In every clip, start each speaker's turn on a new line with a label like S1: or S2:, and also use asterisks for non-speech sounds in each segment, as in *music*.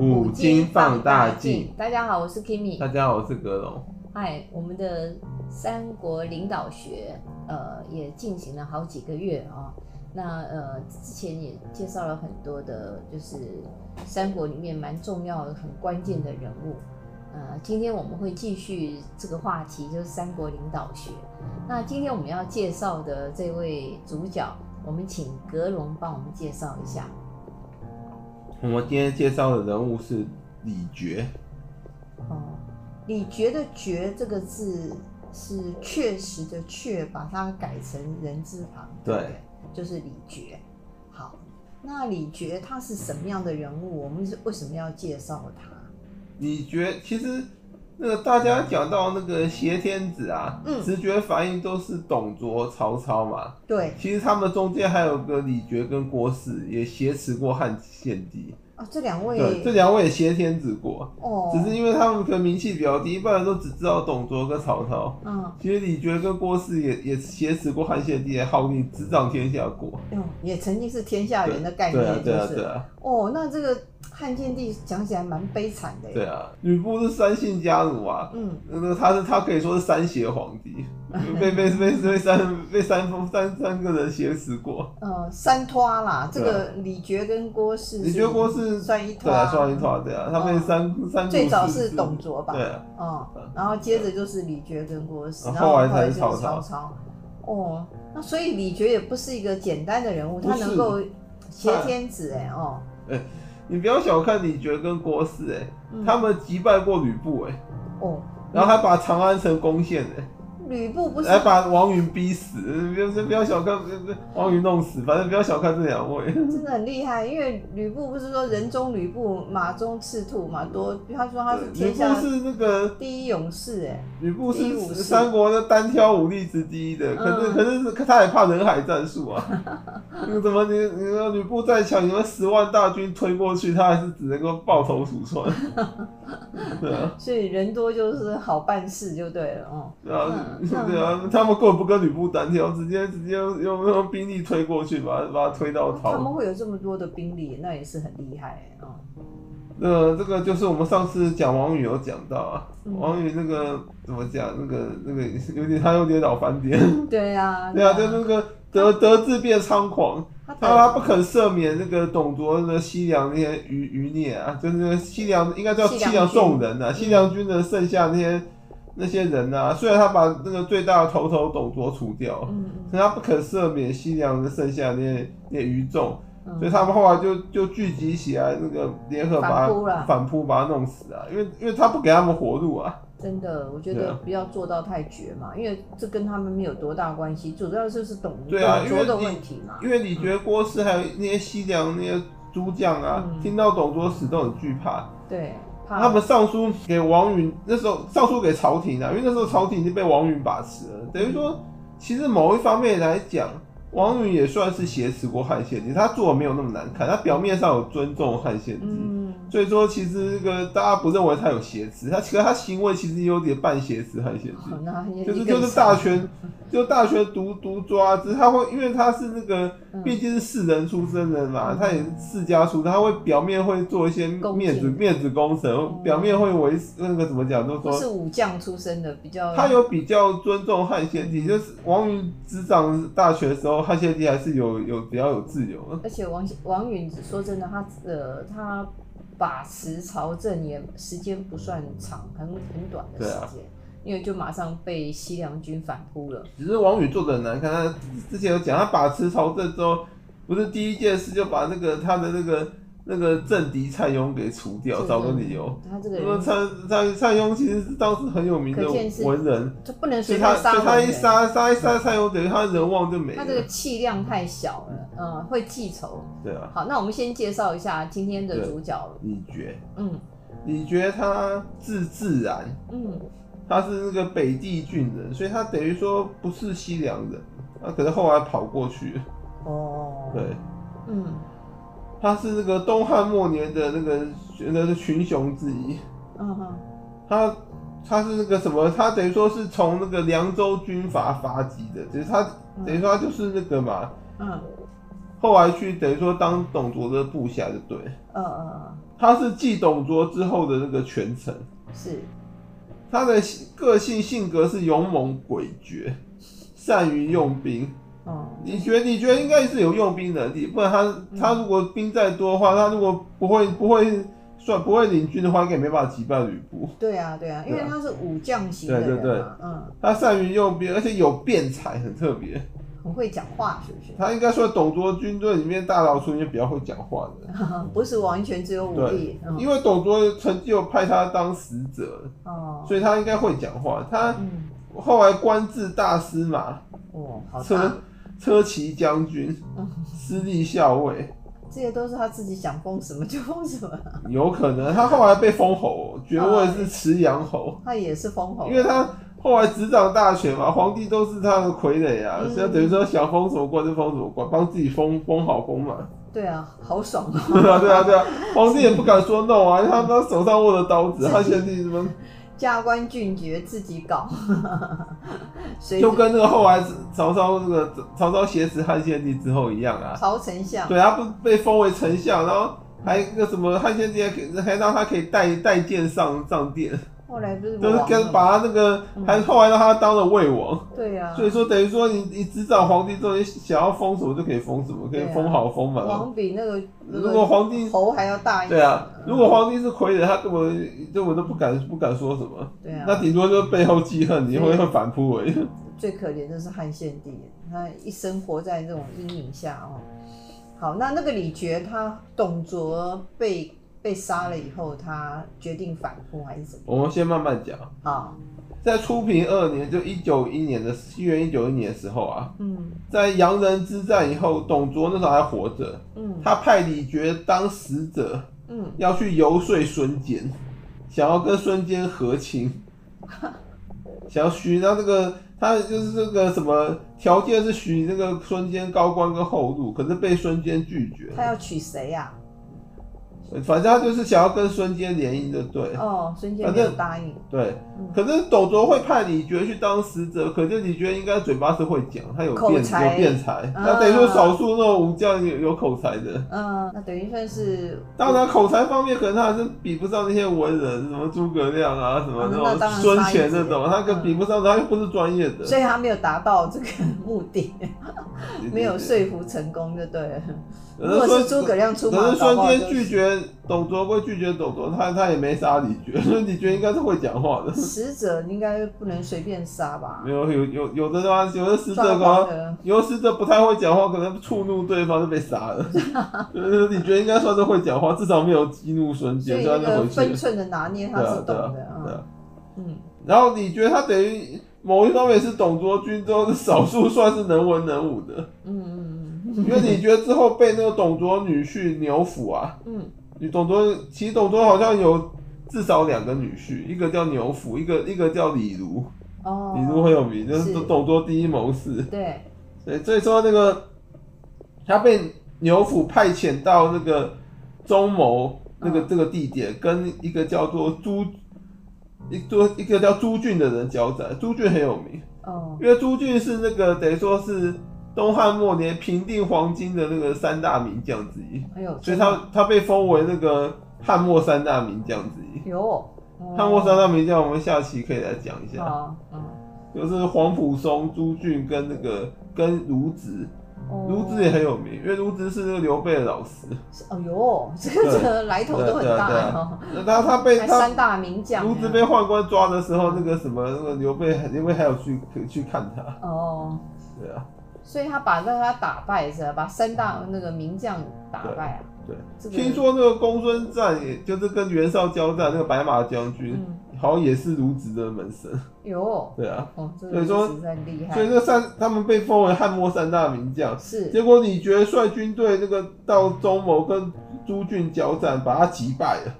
S1: 五金放大镜。
S2: 大家好，我是 Kimi
S1: 大。家好，我是格龙。
S2: 嗨，我们的三国领导学呃也进行了好几个月啊、那呃之前也介绍了很多的，就是三国里面蛮重要、很关键的人物。呃，今天我们会继续这个话题，就是三国领导学。那今天我们要介绍的这位主角，我们请格隆帮我们介绍一下。
S1: 我们今天介绍的人物是李觉，
S2: 哦，你觉得“觉”这个字是确实的“确”，把它改成人字旁，
S1: 对
S2: 不对，就是李觉。好，那李觉他是什么样的人物？我们是为什么要介绍他？
S1: 李觉其实那个大家讲到那个挟天子啊，
S2: 嗯
S1: 直觉反应都是董卓、曹操嘛。
S2: 对，
S1: 其实他们中间还有个李觉跟郭汜，也挟持过汉献帝。
S2: 哦，这两
S1: 对，这
S2: 位，
S1: 两位也挟天子过，
S2: 哦，
S1: 只是因为他们可能名气比较低，一般人都只知道董卓跟曹操。
S2: 嗯，
S1: 其实李觉跟郭汜也也挟持过汉献帝，也号令执掌天下过。
S2: 哟也曾经是天下人的概
S1: 对
S2: 念，
S1: 啊，
S2: 就
S1: 对啊，
S2: 是
S1: 对啊，
S2: 哦，那这个汉献帝讲起来蛮悲惨的耶，
S1: 对啊。吕布是三姓家奴啊，
S2: 嗯，
S1: 那个他是他可以说是三邪皇
S2: *laughs*
S1: 帝，被被被被三被三封三三个人挟持过。
S2: 呃，三拖啦，这
S1: 对啊
S2: 个李觉跟郭汜，
S1: 李觉郭汜
S2: 算一拖
S1: 对啊，算一团对啊，他们
S2: 嗯
S1: 三、三股
S2: 最早
S1: 四
S2: 是
S1: 世
S2: 董卓吧？
S1: 对啊，
S2: 嗯，然后接着就是李觉跟郭汜，
S1: 然
S2: 然
S1: 后
S2: 后
S1: 啊后来
S2: 后
S1: 才
S2: 来
S1: 是
S2: 就是曹
S1: 曹
S2: 操。哦，那所以李觉也不是一个简单的人物，
S1: 不
S2: 他
S1: 是
S2: 能够挟天子哎哦，
S1: 你不要小看李觉跟郭汜哎、
S2: 嗯
S1: 他们击败过吕布哎、
S2: 哦，
S1: 然后还把长安城攻陷哎、
S2: 吕布不是
S1: 还把王允逼死，不要不要小看，不不王允弄死，反正不要小看这两位。
S2: 真的很厉害，因为吕布不是说人中吕布，马中赤兔马多，他说他是
S1: 吕
S2: 天
S1: 布
S2: 下
S1: 是那个
S2: 第一勇士哎，
S1: 吕布
S2: 第一武
S1: 是
S2: 士
S1: 三国的单挑武力值第一的，可是、
S2: 嗯
S1: 可是可他也怕人海战术啊。你怎么你你说吕布再强，你们十万大军推过去，他还是只能够抱头鼠窜。对啊，
S2: 所以人多就是好办事就对了哦。
S1: 对啊，
S2: 嗯嗯
S1: 对啊，他们根本不跟吕布单挑，直接直接用用用兵力推过去，把他把他推到逃。
S2: 他们会有这么多的兵力，那也是很厉害哎哦。
S1: 那这个就是我们上次讲王宇有讲到啊，
S2: 嗯
S1: 王宇那个怎么讲？那个那个有点他有点老翻脸，
S2: 对啊，
S1: 对啊，就那个德德智变猖狂，
S2: 他
S1: 他他不肯赦免那个董卓的西凉那些余余孽啊，就是那个西凉应该叫
S2: 西
S1: 西
S2: 凉嗯
S1: 凉
S2: 军
S1: 众人啊，西凉军的剩下那些那些人啊，虽然他把那个最大的头头董卓除掉，
S2: 嗯嗯。
S1: 可是他不肯赦免西凉的剩下那些那些余众，
S2: 嗯
S1: 所以他们后来就就聚集起来，那个联合把
S2: 反扑
S1: 他
S2: 啦
S1: 反扑，把他弄死啊！因为因为他不给他们活路啊。
S2: 真的，我觉
S1: 对
S2: 得
S1: 啊
S2: 不要做到太绝嘛，因为这跟他们没有多大关系，主要就是董
S1: 对啊
S2: 董
S1: 因为
S2: 卓的
S1: 你
S2: 问题嘛。
S1: 因为你觉得郭汜还有那些西凉那些诸将啊，
S2: 嗯
S1: 听到董卓死都很惧怕。
S2: 对，怕
S1: 他们上书给王允，那时候上书给朝廷啊，因为那时候朝廷已经被王允把持了，等于说，其实某一方面来讲。王允也算是挟持过汉献帝，他做的没有那么难看，他表面上有尊重汉献帝，
S2: 嗯，
S1: 所以说，其实这个大家不认为他有挟持，他其实他行为其实有点半挟持和挟
S2: 好，
S1: 持，
S2: 那也
S1: 就是
S2: 一个
S1: 就是大权，就大权独独抓，只是他会因为他是那个
S2: 嗯
S1: 毕竟是世人出身的嘛，
S2: 嗯
S1: 他也是世家出身，他会表面会做一些
S2: 恭敬
S1: 面子面子工程，
S2: 嗯
S1: 表面会维那个怎么讲，就是
S2: 不是
S1: 说。
S2: 武将出身的，比较
S1: 他有比较尊重汉献帝，就是王允执掌大权的时候，汉献帝还是有有比较有自由的。
S2: 而且王王允说真的，他呃他把持朝政也时间不算长，很很短的
S1: 对
S2: 时
S1: 啊
S2: 间，因为就马上被西凉军反扑了。
S1: 只是王宇做的很难看，他之前有讲，他把持朝政之后，不是第一件事就把那个他的那个那个政敌蔡邕给除掉，
S2: 对
S1: 找个理由。
S2: 他这个
S1: 那么
S2: 人，
S1: 蔡蔡蔡邕其实是当时很有名的
S2: 可见是
S1: 文人，
S2: 他不能
S1: 所
S2: 随
S1: 以他
S2: 便
S1: 所
S2: 杀
S1: 以他
S2: 人
S1: 一
S2: 的
S1: 杀杀一杀蔡邕，等于他人望就没
S2: 他
S1: 了。
S2: 这个气量太小了，嗯，会记仇。
S1: 对啊，
S2: 好，那我们先介绍一下今天的主角。
S1: 李觉，
S2: 嗯
S1: 李觉他字自然，
S2: 嗯，
S1: 他是那个北地郡人，所以他等于说不是西凉人，他可是后来跑过去了，
S2: 哦，
S1: 对。
S2: 嗯
S1: 他是那个东汉末年的那个那个群雄之一，
S2: 嗯哼，
S1: 他他是那个什么，他等于说是从那个凉州军阀发迹的，就是他等于说他就是那个嘛，
S2: 嗯
S1: 后来去等于说当董卓的部下就对了，
S2: 呃呃，
S1: 他是继董卓之后的那个权臣，
S2: 呃是
S1: 他的个性性格是勇猛诡谲，善于用兵。
S2: 哦，
S1: 你觉得你觉得应该是有用兵能力，不然他他如果兵再多的话，他如果不会不会算不会领军的话，应该也没办法击败吕布。
S2: 对啊对啊，因为
S1: 对啊
S2: 他是武将型的
S1: 对
S2: 人
S1: 对
S2: 嘛，
S1: 对
S2: 嗯，
S1: 他善于用兵，而且有辩才，很特别。
S2: 很会讲话，是不是？
S1: 他应该算董卓军队里面大老粗里面比较会讲话的，
S2: 不是完全只有武力，嗯
S1: 因为董卓曾经有派他当使者，
S2: 哦，
S1: 所以他应该会讲话。他
S2: 嗯，
S1: 后来官至大司马、
S2: 哦，好大
S1: 车，车骑将军
S2: 嗯、
S1: 司隶校尉，
S2: 这些都是他自己想封什么就封什么，
S1: 有可能他后来被封侯，爵位
S2: 哦
S1: 是池阳侯，
S2: 他也是封侯，
S1: 因为他后来执掌大权嘛，皇帝都是他的傀儡啊，
S2: 嗯
S1: 所以等于说想封什么官就封什么官，帮自己封封好封嘛。 *laughs*
S2: 对啊，好爽哦，
S1: 对啊，对啊，对啊，皇帝也不敢说 no 啊，因为他他手上握着刀子，他现在什么
S2: 加官进爵自己搞，所以
S1: 就跟那个后来曹操那个曹操挟持汉献帝之后一样啊，
S2: 曹丞相，
S1: 对，他不被封为丞相，然后还那个什么汉献帝还可以还让他可以带带剑上上殿，
S2: 后来不是
S1: 就是
S2: 亡了
S1: 跟
S2: 吗
S1: 把他那个
S2: 嗯
S1: 还后来让他当了魏王，
S2: 对啊，
S1: 所以说等于说你你执掌皇帝之后，你想要封什么就可以封什么，可以
S2: 对啊
S1: 封好封满。
S2: 王比那个那
S1: 如果
S2: 个
S1: 皇帝
S2: 侯还要大一点，
S1: 对啊，如果
S2: 嗯
S1: 皇帝是傀儡，他根本根本都不敢不敢说什么。
S2: 对啊，
S1: 那顶多就是背后记恨，你会会反扑我。
S2: 最可怜的是汉献帝，他一生活在这种阴影下哦。好，那那个李觉他董卓被被杀了以后，他决定反扑还是怎么？
S1: *laughs* 我们先慢慢讲，
S2: 好，
S1: 在初平二年，就一九一年的西元一九一年的时候啊，
S2: 嗯
S1: 在杨仁之战以后，董卓那时候还活着，
S2: 嗯
S1: 他派李傕当使者，
S2: 嗯，
S1: 要去游说孙坚，想要跟孙坚和亲，
S2: *laughs*
S1: 想要许那这个他就是这个什么条件是许那个孙坚高官跟后路，可是被孙坚拒绝，
S2: 他要娶谁呀、
S1: 反正他就是想要跟孙坚联姻，就对了
S2: 哦，孙坚
S1: 反
S2: 没有
S1: 正
S2: 答应。
S1: 对。
S2: 嗯，
S1: 可是董卓会派李傕去当使者，可是李傕应该嘴巴是会讲，他有
S2: 口
S1: 辩
S2: 才
S1: 有辩才，
S2: 啊
S1: 那等于说少数那种武将有有口才的。
S2: 嗯，那等于算是
S1: 当然，口才方面可能他还是比不上那些文人，什么诸葛亮啊，什么
S2: 啊那
S1: 那
S2: 当
S1: 种
S2: 然
S1: 孙
S2: 差一
S1: 权
S2: 截
S1: 那种，他可
S2: 嗯
S1: 比不上，他又不是专业的，
S2: 所以他没有达到这个目的，
S1: 对
S2: 没
S1: 对
S2: 有。说服成功，就对了。
S1: 对
S2: 如
S1: 可
S2: 果
S1: 是孙
S2: 是诸葛亮出马，
S1: 可是
S2: 搞
S1: 孙
S2: 不好
S1: 坚
S2: 就
S1: 拒绝董卓归拒绝董卓，他他也没杀李傕， *laughs* 所以李傕应该是会讲话的。
S2: 使者应该不能随便杀吧
S1: 没？有啊有有有的他有的使者
S2: 抓
S1: 可
S2: 狂
S1: 能
S2: 的，
S1: 有的使者不太会讲话，可能触怒对方就被杀了。 *laughs* 呃李傕应该算是会讲话，至少没有激怒孙
S2: 所
S1: 坚，
S2: 以
S1: 所
S2: 那
S1: 以他就
S2: 个
S1: 回去
S2: 分
S1: 了。
S2: 寸的拿捏他
S1: 对
S2: 是
S1: 啊
S2: 懂
S1: 对啊
S2: 的
S1: 对
S2: 啊。
S1: 啊。
S2: 嗯，
S1: 然后你觉得他等于某一方面是董卓军中的少数算是能文能武的，
S2: 嗯嗯嗯
S1: 因为你觉得之后被那个董卓女婿牛辅啊，
S2: 嗯
S1: 你董卓其实董卓好像有至少两个女婿，一个叫牛辅，一个一个叫李儒，
S2: 嗯，哦，
S1: 李儒很有名，就是
S2: 是
S1: 董卓第一谋士，
S2: 对，
S1: 对，所以说那个他被牛辅派遣到那个中牟那个
S2: 嗯
S1: 这个地点，跟一个叫做朱。一个一个叫朱俊的人交战，朱俊很有名，
S2: 哦，
S1: 因为朱俊是那个等于说是东汉末年平定黄巾的那个三大名将之一，
S2: 哎呦，
S1: 所以
S2: 真的
S1: 他他被封为那个汉末三大名将之一。
S2: 有哦
S1: 汉末三大名将，我们下期可以来讲一下，
S2: 啊，嗯，
S1: 就是黄甫松、朱俊跟那个跟卢植，
S2: 哦
S1: 卢植也很有名，因为卢植是那个刘备的老师。
S2: 是哦呦，这个这个来头都很大
S1: 对啊对啊
S2: 哦，
S1: 那他他被
S2: 还
S1: 他
S2: 三大名将啊
S1: 卢植被
S2: 呢，
S1: 宦官抓的时候，那个什么那个刘备刘备还有去去看他，
S2: 哦，
S1: 对啊。
S2: 所以他把让他打败是吧？把三大那个名将打败啊，
S1: 对
S2: 这个
S1: 听说那个公孙瓒，也就是跟袁绍交战那个白马将军，
S2: 嗯，
S1: 好像也是卢植的门生。
S2: 有。
S1: 对啊，
S2: 哦，这
S1: 所
S2: 个
S1: 以说
S2: 实在厉害
S1: 所以，那三他们被封为汉末三大名将。
S2: 是
S1: 结果你觉得率军队那个到中牟跟朱俊交战，把他击败了。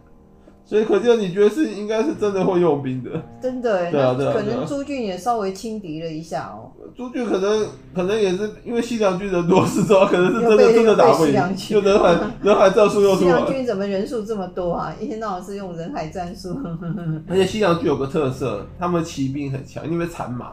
S1: 所以可见你觉得是应该是真的会用兵的。
S2: 真的耶，
S1: 对啊
S2: 那
S1: 对啊
S2: 可
S1: 对
S2: 能
S1: 啊
S2: 朱俊也稍微轻敌了一下哦，
S1: 朱俊可能可能也是因为西凉军人多势众，可能是真的
S2: 又被
S1: 真的打不
S2: 又被
S1: 赢
S2: 西凉，
S1: 就
S2: 军
S1: 人
S2: *laughs*
S1: 海人海战术又出
S2: 西
S1: 来
S2: 洋
S1: 了。
S2: 军怎么人数这么多啊？ *laughs* 一天到晚是用人海战术， *laughs*
S1: 而且西凉军有个特色，他们骑兵很强，因为产马。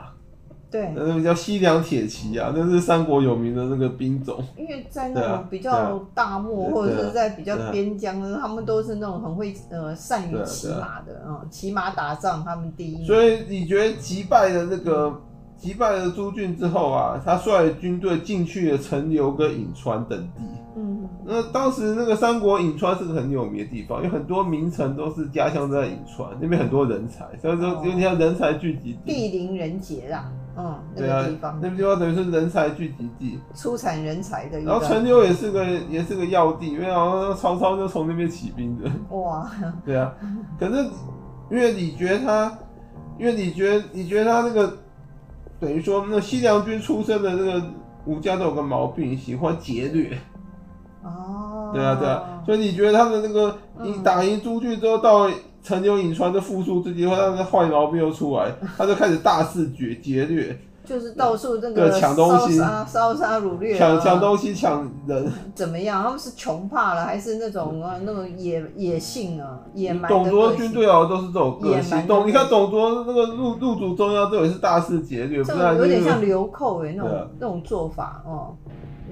S2: 对，
S1: 那个叫西凉铁骑啊，那是三国有名的那个兵种。
S2: 因为在
S1: 对
S2: 那
S1: 啊
S2: 种比较大漠、
S1: 对啊
S2: 或者是在比
S1: 对
S2: 较
S1: 啊
S2: 边疆，他们都是那种很会呃善于
S1: 对啊
S2: 骑
S1: 对啊
S2: 马的，嗯，骑马打仗他们第一名。
S1: 所以你觉得击败了那个击败了朱俊之后啊，他率军队进去了陈留跟颍川等地。
S2: 嗯，
S1: 那当时那个三国颍川是个很有名的地方，有很多名臣都是家乡在颍川，那边很多人才，所以说
S2: 哦
S1: 有点像人才聚集地。
S2: 地灵人杰啦，嗯，那
S1: 对啊
S2: 个地，方、
S1: 那边地方等于是人才聚集地。
S2: 出产人才的一
S1: 然后
S2: 个
S1: 陈留也是个也是个要地，因为然后曹操就从那边起兵
S2: *laughs*
S1: 的。
S2: 哇，
S1: 对啊，可是因为李觉他，因为李觉李觉他那个等于说那西凉军出身的那个武家都有个毛病，喜欢劫掠。
S2: 哦，
S1: 对啊，对啊，所以你觉得他的那个你
S2: 嗯
S1: 打赢朱俊之后，到陈留颍川的复苏之地，他那个坏毛病又出来，他就开始大肆劫劫掠，
S2: 就是到处那个
S1: 对抢东西
S2: 烧杀、烧杀掳掠、啊，
S1: 抢抢东西抢人，
S2: 怎么样？他们是穷怕了，还是那种啊那种野野性啊，野蛮的
S1: 董卓
S2: 个性
S1: 军队哦都是这种个
S2: 野蛮的
S1: 性。董你看
S2: 个性
S1: 董卓那个入入主中央，这也是大肆劫掠，不
S2: 这种
S1: 然就
S2: 有
S1: 是
S2: 点像流寇哎、那种、
S1: 对啊
S2: 那种做法哦，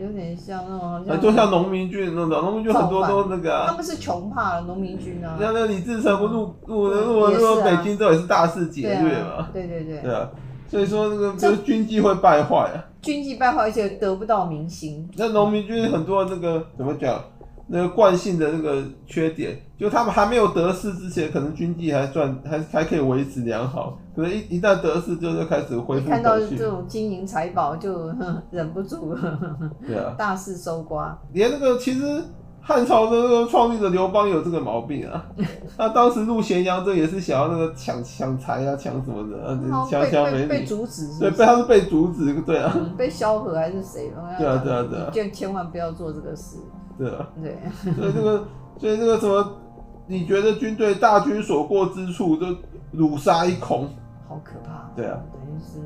S2: 有点像那种好
S1: 呃
S2: 像
S1: 就像农民军那种，农民军很多
S2: 啊造
S1: 都那个
S2: 他
S1: 啊，
S2: 们是穷怕了农民军啊，
S1: 像那李自成入入入
S2: 也是
S1: 入
S2: 啊
S1: 北京之后也是大肆
S2: 对
S1: 劫
S2: 啊
S1: 掠嘛，，
S2: 对对对，
S1: 对啊，所以说那个
S2: 这
S1: 就是军纪会败坏啊。
S2: 军纪败坏，而且得不到民心，
S1: 那农民军很多那个怎么讲，那个惯性的那个缺点，就他们还没有得势之前，可能军纪还算还还可以维持良好，可能一一旦得势之后就开始恢
S2: 一
S1: 复
S2: 看到
S1: 本
S2: 这
S1: 性。
S2: 种金银财宝就哼忍不住了，
S1: 对啊，
S2: 大肆搜刮，
S1: 连那个其实汉朝的那个创立的刘邦有这个毛病
S2: *laughs*
S1: 啊，他当时入咸阳这也是想要那个抢抢财啊，抢什么的，啊
S2: 然后
S1: 抢
S2: 被
S1: 抢
S2: 被
S1: 没
S2: 哦被
S1: 理，
S2: 阻止是
S1: 对，
S2: 不
S1: 被
S2: 是？
S1: 他是被阻止，对啊，
S2: 嗯被萧何还是谁？
S1: 对啊对啊对啊
S2: 就千万不要做这个事。
S1: 对啊。
S2: 对，
S1: 所以这
S2: *laughs*
S1: 个，所以这个什么，你觉得军队大军所过之处，就辱杀一空。
S2: 好可怕。
S1: 对啊，
S2: 等于是，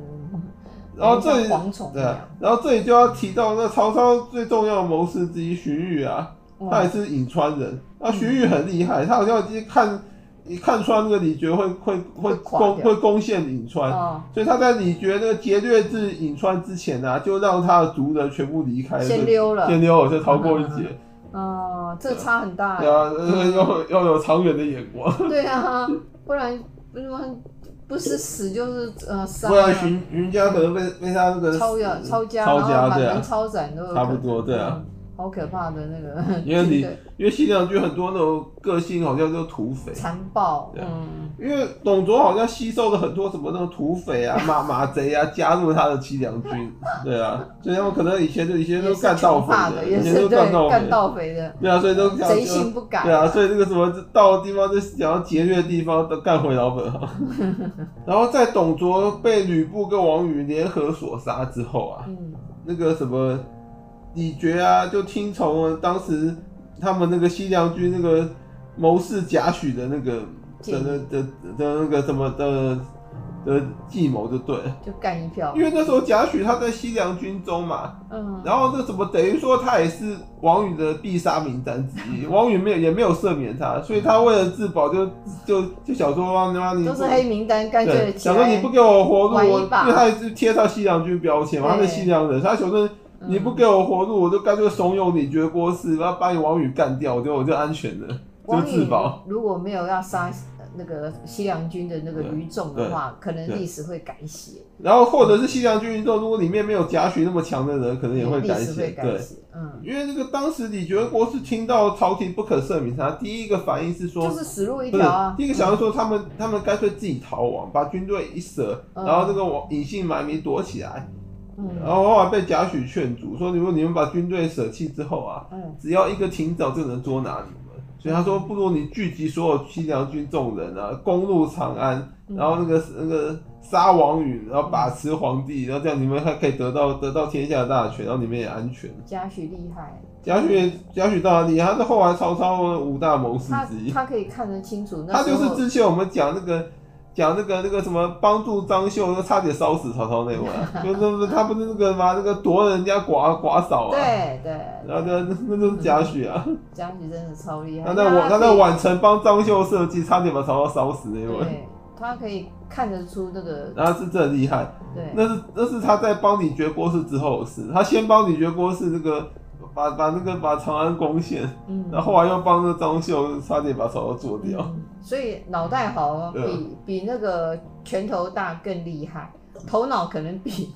S1: 然后这
S2: 等于
S1: 里
S2: 像，蝗虫一
S1: 对啊
S2: 样。，
S1: 然后这里就要提到那曹操最重要的谋士之一荀彧啊，他也
S2: 哇嗯
S1: 是颍川人。那荀彧很厉害，他好像已经看一看穿那个李傕会会
S2: 会
S1: 会
S2: 垮
S1: 攻
S2: 掉
S1: 会攻陷颍川，
S2: 哦，
S1: 所以他在李傕那个劫掠至颍川之前啊，就让他的族人全部离开，
S2: 先溜了嗯
S1: 先溜了，就逃过一劫。
S2: 哦，这差很大
S1: 对
S2: 欸。
S1: 啊，呃要要有长远的眼光。
S2: 对啊，不然不是吗不是死就是呃杀
S1: 不然
S2: 啊，
S1: 荀荀家可能被被他那个
S2: 抄呀抄家，
S1: 抄
S2: 然
S1: 家
S2: 后满
S1: 对
S2: 门
S1: 啊，
S2: 抄斩都有可
S1: 差
S2: 能。
S1: 不多对啊
S2: 嗯。好可怕的那个
S1: 因为你
S2: 军 *laughs* 队
S1: 因为西凉军很多那种个性好像就土匪，
S2: 残暴，
S1: 对啊
S2: 嗯，
S1: 因为董卓好像吸收了很多什么那种土匪
S2: *laughs*
S1: 啊、马马贼啊，加入他的西凉军，对啊，所以他们可能以前就以前
S2: 也
S1: 都
S2: 是
S1: 干盗
S2: 穷怕
S1: 匪
S2: 的，
S1: 的，
S2: 也
S1: 以前
S2: 是
S1: 都
S2: 对
S1: 干盗匪
S2: 干，盗匪的，
S1: 对啊，所以都想
S2: 贼
S1: 就
S2: 性不改。
S1: 对啊，所以那个什么到的地方就想要劫掠的地方都干回老本行，
S2: *laughs*
S1: 然后在董卓被吕布跟王允联合所杀之后啊，
S2: 嗯，
S1: 那个什么李傕啊，就听从当时他们那个西凉军那个谋士贾诩的那个
S2: 建
S1: 的
S2: 议
S1: 的的的那个什么的的计谋，就对了。
S2: 就干一票
S1: 因。为那时候贾诩他在西凉军中嘛，
S2: 嗯，
S1: 然后那什么等于说他也是王允的必杀名单之
S2: *laughs*
S1: 一，王允没有也没有赦免他，所以他为了自保就就就想说妈妈你
S2: 都
S1: 不
S2: 是黑名单，干脆
S1: 对，
S2: 起
S1: 想说你
S2: 来
S1: 不。给我活路，
S2: 玩一
S1: 我因为
S2: 把
S1: 他也是贴上西凉军标签嘛，他
S2: 对
S1: 是西凉人，他想说
S2: 嗯
S1: 你不给我活路，我就干脆怂恿你绝郭汜，然后把你王允干掉，我就我就安全了，就
S2: 王
S1: 自
S2: 允
S1: 保。
S2: 如果没有要杀呃那个西凉军的那个余众的话，可能
S1: 对
S2: 历史会改写，
S1: 然后或者是西凉军运动，如果里面没有贾诩那么强的人，可能也会
S2: 历
S1: 改
S2: 史
S1: 写。
S2: 会改
S1: 对，
S2: 写。嗯，
S1: 因为那个当时李觉郭汜听到朝廷不可赦免他，第一个反应是说。
S2: 就是死路一
S1: 不是
S2: 条啊，。
S1: 第一个想要说他们，他们干脆自己逃亡，把军队一舍，
S2: 嗯
S1: 然后那个王隐姓埋名躲起来。然
S2: 嗯
S1: 后哦后来被贾诩劝阻，说如果你们把军队舍弃之后啊，
S2: 嗯，
S1: 只要一个廷长就能捉拿你们。所以他说，不如你聚集所有西凉军众人啊，攻入长安，
S2: 嗯
S1: 然后那个那个杀王允，然后把持皇帝，然后这样你们还可以得到得到天下大权，然后你们也安全。
S2: 贾诩厉害，
S1: 贾诩贾诩当然厉害，他是后来曹操的五大谋士
S2: 他
S1: 之一。
S2: 他可以看得清楚，那
S1: 他就
S2: 时
S1: 是
S2: 候
S1: 之前我们讲那个讲那个那个什么帮助张绣，差点烧死曹操那位啊，
S2: *laughs*
S1: 就是那个他不是那个嘛，那个夺人家寡寡嫂啊，
S2: 对嗯对，
S1: 然后那那就是贾诩啊，
S2: 贾诩真的超厉害。
S1: 他在晚他
S2: 可
S1: 在
S2: 以
S1: 宛城帮张绣设计，差点把曹操烧死那位，
S2: 对，他他可以看得出那个
S1: 然后是真的厉害。
S2: 对
S1: 那是那是他在帮你决锅是之后的事，他先帮你决锅是那个把把那个把长安攻陷，
S2: 嗯
S1: 然后后来又帮那张绣差点把曹操做掉。
S2: 嗯所以脑袋好哦
S1: 对啊
S2: 比比那个拳头大更厉害，头脑可能比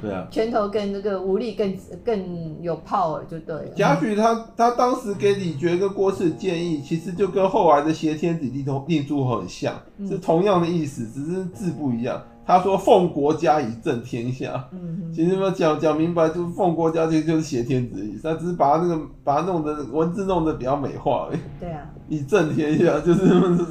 S1: 对啊，
S2: 拳头跟那个无力更更有 power 就对了。
S1: 贾诩他他当时给李傕跟郭汜建议，其实就跟后来的挟天子令同令诸侯很像，
S2: 嗯
S1: 是同样的意思，只是字不一样。他说奉国家以正天下，
S2: 嗯
S1: 其实嘛讲讲明白，就是奉国家其实就是挟天子的意思，他只是把那个把它弄的文字弄得比较美化而已，
S2: 对啊，
S1: 以正天下就是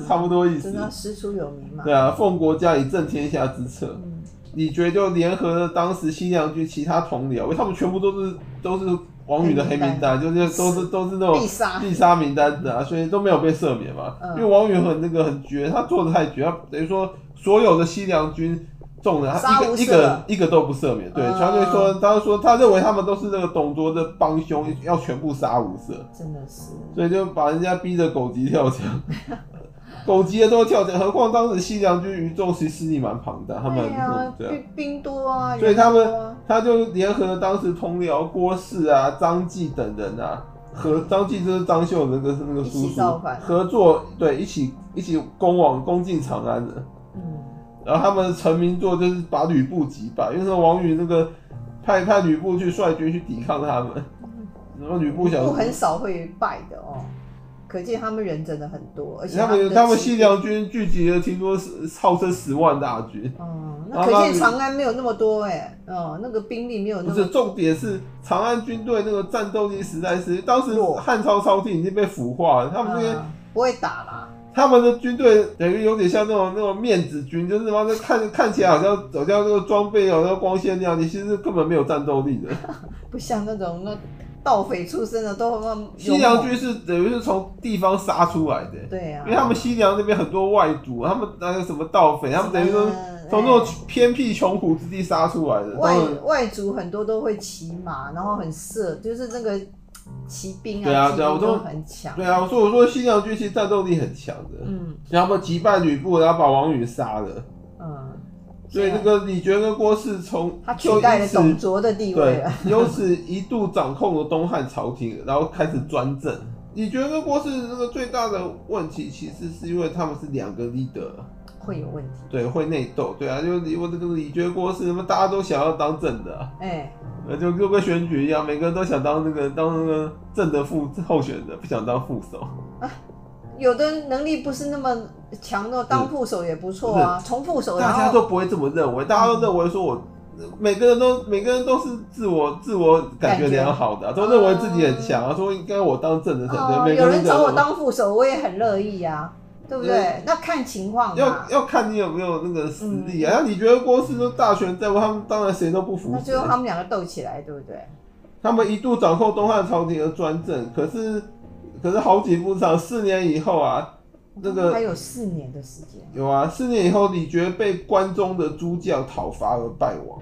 S1: 差不多意思
S2: 真的。师出有名嘛。
S1: 对啊，奉国家以正天下之策。
S2: 嗯
S1: 李傕就联合了当时西凉军其他同僚，因为他们全部都是都是王允的黑名单，就是都是都是那
S2: 必
S1: 种
S2: 杀。
S1: 必杀名单的啊，所以都没有被赦免嘛。
S2: 嗯
S1: 因为王允很那个很绝，他做的太绝，他等于说所有的西凉军众人，
S2: 杀
S1: 他一
S2: 无
S1: 个
S2: 赦
S1: 一个一个都不赦免。对，
S2: 嗯
S1: 他就说，他就说他认为他们都是那个董卓的帮凶，要全部杀无赦。
S2: 真的是，
S1: 所以就把人家逼得狗急跳
S2: *laughs*
S1: 墙，狗急的都跳墙，何况当时西凉军于仲其实力蛮庞大，他们
S2: 对啊，
S1: 对啊，
S2: 兵兵多啊，
S1: 所以他
S2: 人多啊
S1: 们他就联合当时同僚郭汜啊、张继等人啊，和张继就是张绣的那个那个叔
S2: 一起
S1: 叔
S2: 造反
S1: 合作，对，一起一起攻往攻进长安的。
S2: 嗯，
S1: 然后他们成名作就是把吕布击败，因为说王允那个派派吕布去率军去抵抗他们，然后吕布想
S2: 不很少会败的哦，可见他们人真的很多，而且
S1: 他们
S2: 的
S1: 他们
S2: 骑
S1: 西凉军聚集了，听说是号称十万大军。
S2: 哦，
S1: 然
S2: 那
S1: 后
S2: 可
S1: 他
S2: 见
S1: 们
S2: 长安没有那么多哎、哦，那个兵力没有那
S1: 不
S2: 么
S1: 是，重点是长安军队那个战斗力实在是，当时
S2: 弱
S1: 汉朝朝廷已经被腐化了，他们那些、
S2: 嗯不会打啦，
S1: 他们的军队等于有点像那种那种面子军，就是他妈的看看起来好像好像那个装备好像光鲜亮丽，其实根本没有战斗力的。
S2: 不像那种那盗匪出身的都那么
S1: 西凉军是等于是从地方杀出来的，
S2: 对啊，
S1: 因为他们西凉那边很多外族，他们那个什么盗匪，他们等于说从那种偏僻穷苦之地杀出来的。
S2: 哎外
S1: 他们
S2: 外族很多都会骑马，然后很色，就是那个骑兵
S1: 对啊
S2: 啊，骑
S1: 对啊我
S2: 兵
S1: 都
S2: 都很强，
S1: 对啊，我说我说西凉军其实战斗力很强的，
S2: 嗯
S1: 然后他们击败吕布，然后把王允杀了，
S2: 嗯，
S1: 所以
S2: 对
S1: 那
S2: 啊
S1: 个李傕跟郭汜从
S2: 他取
S1: 就
S2: 代
S1: 因
S2: 了
S1: 此
S2: 董卓的地位啊
S1: 对
S2: 了，，
S1: 由此一度掌控了东汉朝廷，然后开始专政。李傕跟郭汜那个最大的问题，其实是因为他们是两个 leader，
S2: 会有问题，
S1: 对，会内斗，对啊，就是李我这个李傕郭汜，他们大家都想要当政的、啊，
S2: 哎、
S1: 呃，就就跟选举一样，每个人都想当那个当那个政的副候选人，不想当副手。
S2: 有的人能力不是那么强的，当副手也不错啊，从副手然
S1: 大家
S2: 后
S1: 都不会这么认为，大家都认为说我。每个人都每个人都是自我自我感觉良好的啊、都认为自己很强啊，说应该我当正的才对。
S2: 哦，
S1: 每
S2: 有
S1: 个
S2: 人
S1: 都啊
S2: 找我当副手，我也很乐意啊，对不对
S1: 嗯？
S2: 那看情况嘛
S1: 要。要看你有没有那个实力啊。像你觉得郭汜都大权在握，他们当然谁都不服
S2: 嗯那
S1: 谁
S2: 最。后他们两个斗起来，对不对？
S1: 他们一度掌控东汉朝廷的专政，可是可是好景不长，四年以后啊，那个
S2: 嗯还有四年的时间
S1: 有啊，四年以后李傕被关中的诸将讨伐而败亡。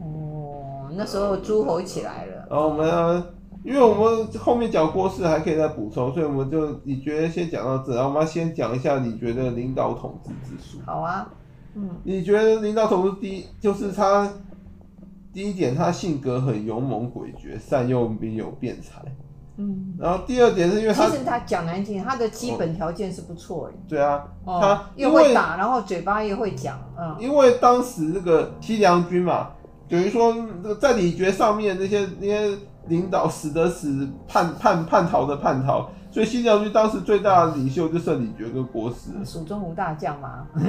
S2: 哦，那时候诸侯起来了，
S1: 然后我们、啊，因为我们后面讲郭汜还可以再补充，所以我们就李觉先讲到这，然后我们要先讲一下李觉的领导统治之术。
S2: 好啊，嗯
S1: 李觉得领导统治第一就是他第一点，他性格很勇猛诡谲，善用兵有辩才。
S2: 嗯。
S1: 然后第二点是因为
S2: 其
S1: 他
S2: 实他讲难听，他的基本条件是不错的，
S1: 对啊，
S2: 哦
S1: 他，
S2: 又
S1: 因为
S2: 会打，然后嘴巴又会讲，嗯，
S1: 因为当时那个西凉军嘛，等于说那个在李傕上面那些那些领导死的死，叛叛叛逃的叛逃，所以西凉军当时最大的领袖就剩李傕跟郭汜了。
S2: 蜀中无大将啊
S1: *laughs*
S2: 嘛，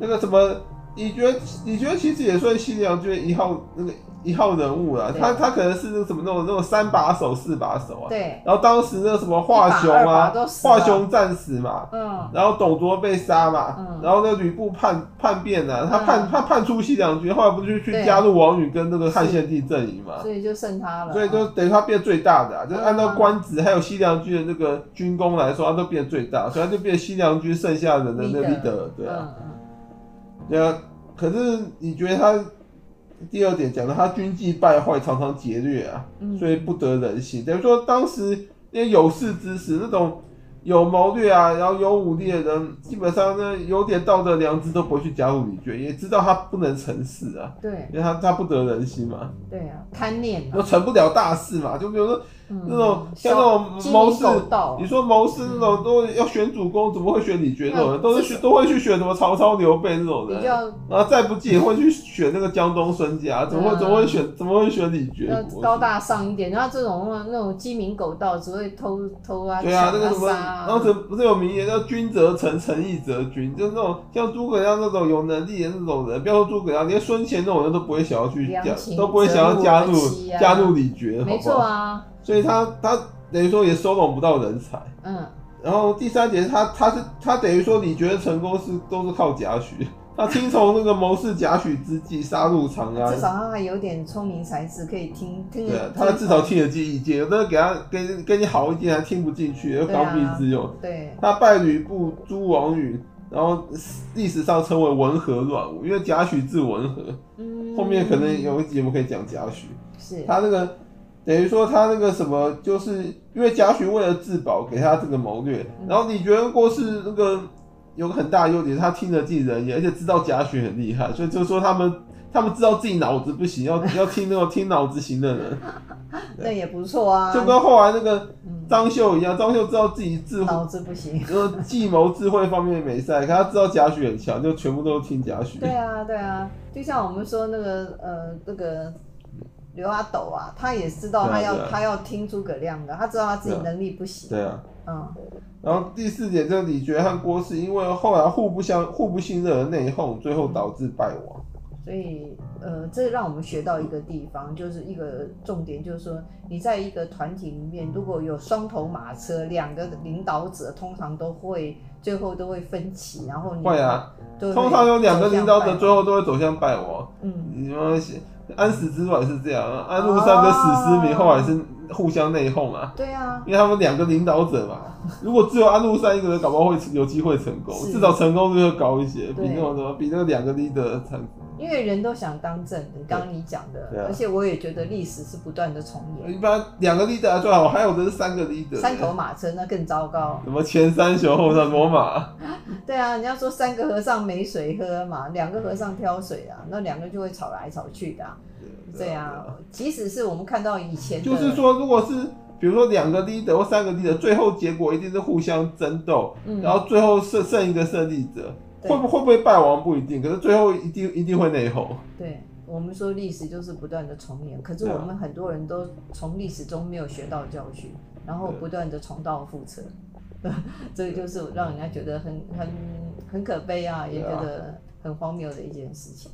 S1: 那个什么，李觉李觉其实也算西凉军的一号那个一号人物啦，
S2: 对
S1: 他他可能是那个什么那种那种三把手四把手啊。
S2: 对，
S1: 然后当时那个什么华雄
S2: 一把二把
S1: 啊
S2: 都，死了
S1: 华雄战死嘛，
S2: 嗯，
S1: 然后董卓被杀嘛，
S2: 嗯
S1: 然后那吕布叛叛变了、他叛、
S2: 嗯
S1: 他叛出西凉军，后来不是去
S2: 对
S1: 加入王允跟那个汉献帝阵营嘛，
S2: 所以就剩他了，
S1: 所以就等于他变最大的、啊，就是按照
S2: 嗯
S1: 官职还有西凉军的那个军功来说，他都变最大，所以他就变西凉军剩下人的那个
S2: Leader
S1: leader，对啊，
S2: 嗯嗯，
S1: 对啊。可是你觉得他第二点讲的，他军纪败坏，常常劫掠啊，
S2: 嗯
S1: 所以不得人心。等于说当时那些有识之士那种有谋略啊，然后有武力的人，基本上呢有点道德良知都不会去加入李觉，也知道他不能成事啊，
S2: 对
S1: 因为他他不得人心嘛，
S2: 对啊，贪念
S1: 又
S2: 嘛，
S1: 成不了大事嘛。就比如说
S2: 嗯
S1: 那种像那
S2: 手
S1: 种
S2: 鸡
S1: 谋
S2: 鸣
S1: 士
S2: 狗盗
S1: 你说谋士那种都要选主公，怎么会选李觉这种人？
S2: 嗯
S1: 都是
S2: 这
S1: 选
S2: 是
S1: 都会去选什么曹操、刘备这种
S2: 比
S1: 人，啊
S2: 较
S1: 然后再不济会去选那个江东孙家，怎么会
S2: 嗯
S1: 怎么会选怎么会选李觉
S2: 要？
S1: 我
S2: 高大上一点，然后这种那种鸡鸣狗盗只会偷偷啊，
S1: 对啊，
S2: 抢
S1: 那个什么，
S2: 杀啊
S1: 然后这不是有名言叫“君则臣，臣亦则君”，就是那种像诸葛亮那种有能力的那种人，不要说诸葛亮，连孙权那种人都不会想要去
S2: 良
S1: 加，
S2: 禽
S1: 都不会想要加入
S2: 择木而栖啊
S1: 加入李傕，好
S2: 没
S1: 不
S2: 错
S1: 好？
S2: 啊，
S1: 所以他他等于说也收拢不到人才。
S2: 嗯，
S1: 然后第三点，他他是他等于说李傕的成功是都是靠贾诩，他听从那个谋士贾诩之计，杀入长安
S2: 至。少他还有点聪明才智，可以听听
S1: 啊对啊
S2: 得，
S1: 他至少听得进意见，有的人给他给给你好意见，还听不进去，又
S2: 对
S1: 刚
S2: 啊
S1: 愎自用。
S2: 对
S1: 他拜吕布、诸王允，然后历史上称为文和乱武，因为贾诩字文和。
S2: 嗯，
S1: 后面可能有一集我们可以讲贾诩，
S2: 是
S1: 他那个等于说他那个什么，就是因为贾诩为了自保给他这个谋略，
S2: 嗯
S1: 然后李觉恩过是那个有个很大的优点，他听得进人言，而且知道贾诩很厉害，所以就说他们他们知道自己脑子不行，要要听那种听脑子行的人，
S2: 那也不错啊，
S1: 就跟后来那个
S2: 嗯
S1: 张绣一样，张绣知道自己智慧
S2: 脑子
S1: *laughs*
S2: 不行，
S1: 就是计谋智慧方面没赛，可他知道贾诩很强，就全部都听贾诩。
S2: 对啊对啊，就像我们说那个呃那个。刘阿斗啊，他也知道
S1: 对啊
S2: 他要、
S1: 对啊
S2: 他要听诸葛亮的，他知道他自己
S1: 对啊
S2: 能力不行，
S1: 对啊。
S2: 嗯，
S1: 然后第四点就是李傕和郭汜，因为后来互不相互不信任的内讧，最后导致败亡。
S2: 所以，呃，这让我们学到一个地方，就是一个重点，就是说，你在一个团体里面，如果有双头马车，两个领导者通常都会最后都会分歧，然后你
S1: 会啊，
S2: 都会
S1: 通常有两个领导者
S2: 走向败
S1: 最后都会走向败亡。
S2: 嗯，
S1: 你们安史之乱是这样，啊，安禄山跟史思明
S2: 哦
S1: 后来是互相内讧啊。
S2: 对啊，
S1: 因为他们两个领导者嘛，如果只有安禄山一个人，搞不好会有机会成功，
S2: 是
S1: 至少成功率会高一些，比
S2: 对
S1: 那种什么，比那个两个 leader 成
S2: 因为人都想当政，刚刚你讲
S1: 对
S2: 的，
S1: 啊哎
S2: 而且我也觉得历史是不断的重
S1: 一
S2: 演，
S1: 般两个 leader 还最好，还有的是三个 leader，
S2: 三头马车那更糟糕。
S1: 什么前三雄后三罗马，
S2: 对啊，人家说三个和尚没水喝嘛，两个和尚挑水啊，那两个就会吵来吵去的啊、对啊，即使是我们看到以前的，
S1: 就是说如果是比如说两个 leader 或三个 leader，最后结果一定是互相争斗，
S2: 嗯，
S1: 然后最后剩剩一个胜利者，
S2: 对
S1: 会不会不会败亡不一定，可是最后一定一定会内讧，
S2: 对我们说历史就是不断的重演，可是
S1: 对啊
S2: 我们很多人都从历史中没有学到教训，然后
S1: 对
S2: 不断的重蹈覆辙， *laughs* 这个就是让人家觉得很很很可悲啊，也
S1: 对啊
S2: 觉得很荒谬的一件事情。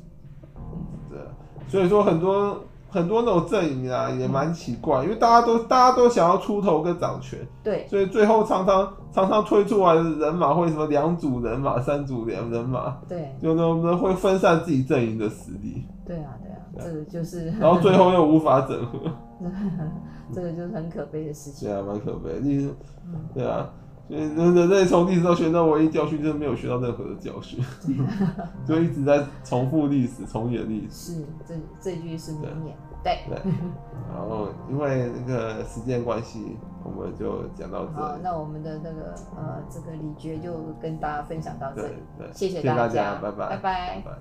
S1: 对啊，所以说很多。很多那种阵营啊，也蛮奇怪，因为大家都大家都想要出头跟掌权，
S2: 对，
S1: 所以最后常常常常推出来的人马会什么两组人马、三组两人马，
S2: 对，
S1: 就那们会分散自己阵营的实力，
S2: 对啊，对啊，
S1: 对啊
S2: 这个就是，
S1: 然后最后又无法整合，
S2: *laughs* 这个就是很可悲的事情
S1: 对。啊，蛮可悲。历史
S2: 嗯，
S1: 对啊，所以人类从历史中学到唯一教训，就是没有学到任何的教训，就一直在重复历史、重演历史。
S2: 是这这句是名言。对，
S1: 对，然后因为那个时间关系，我们就讲到这
S2: 好，
S1: 里。
S2: 那我们的那个呃，这个李觉就跟大家分享到这
S1: 对
S2: 里，
S1: 对，
S2: 谢
S1: 谢
S2: 谢
S1: 大
S2: 家，
S1: 拜拜，
S2: 拜拜
S1: 拜。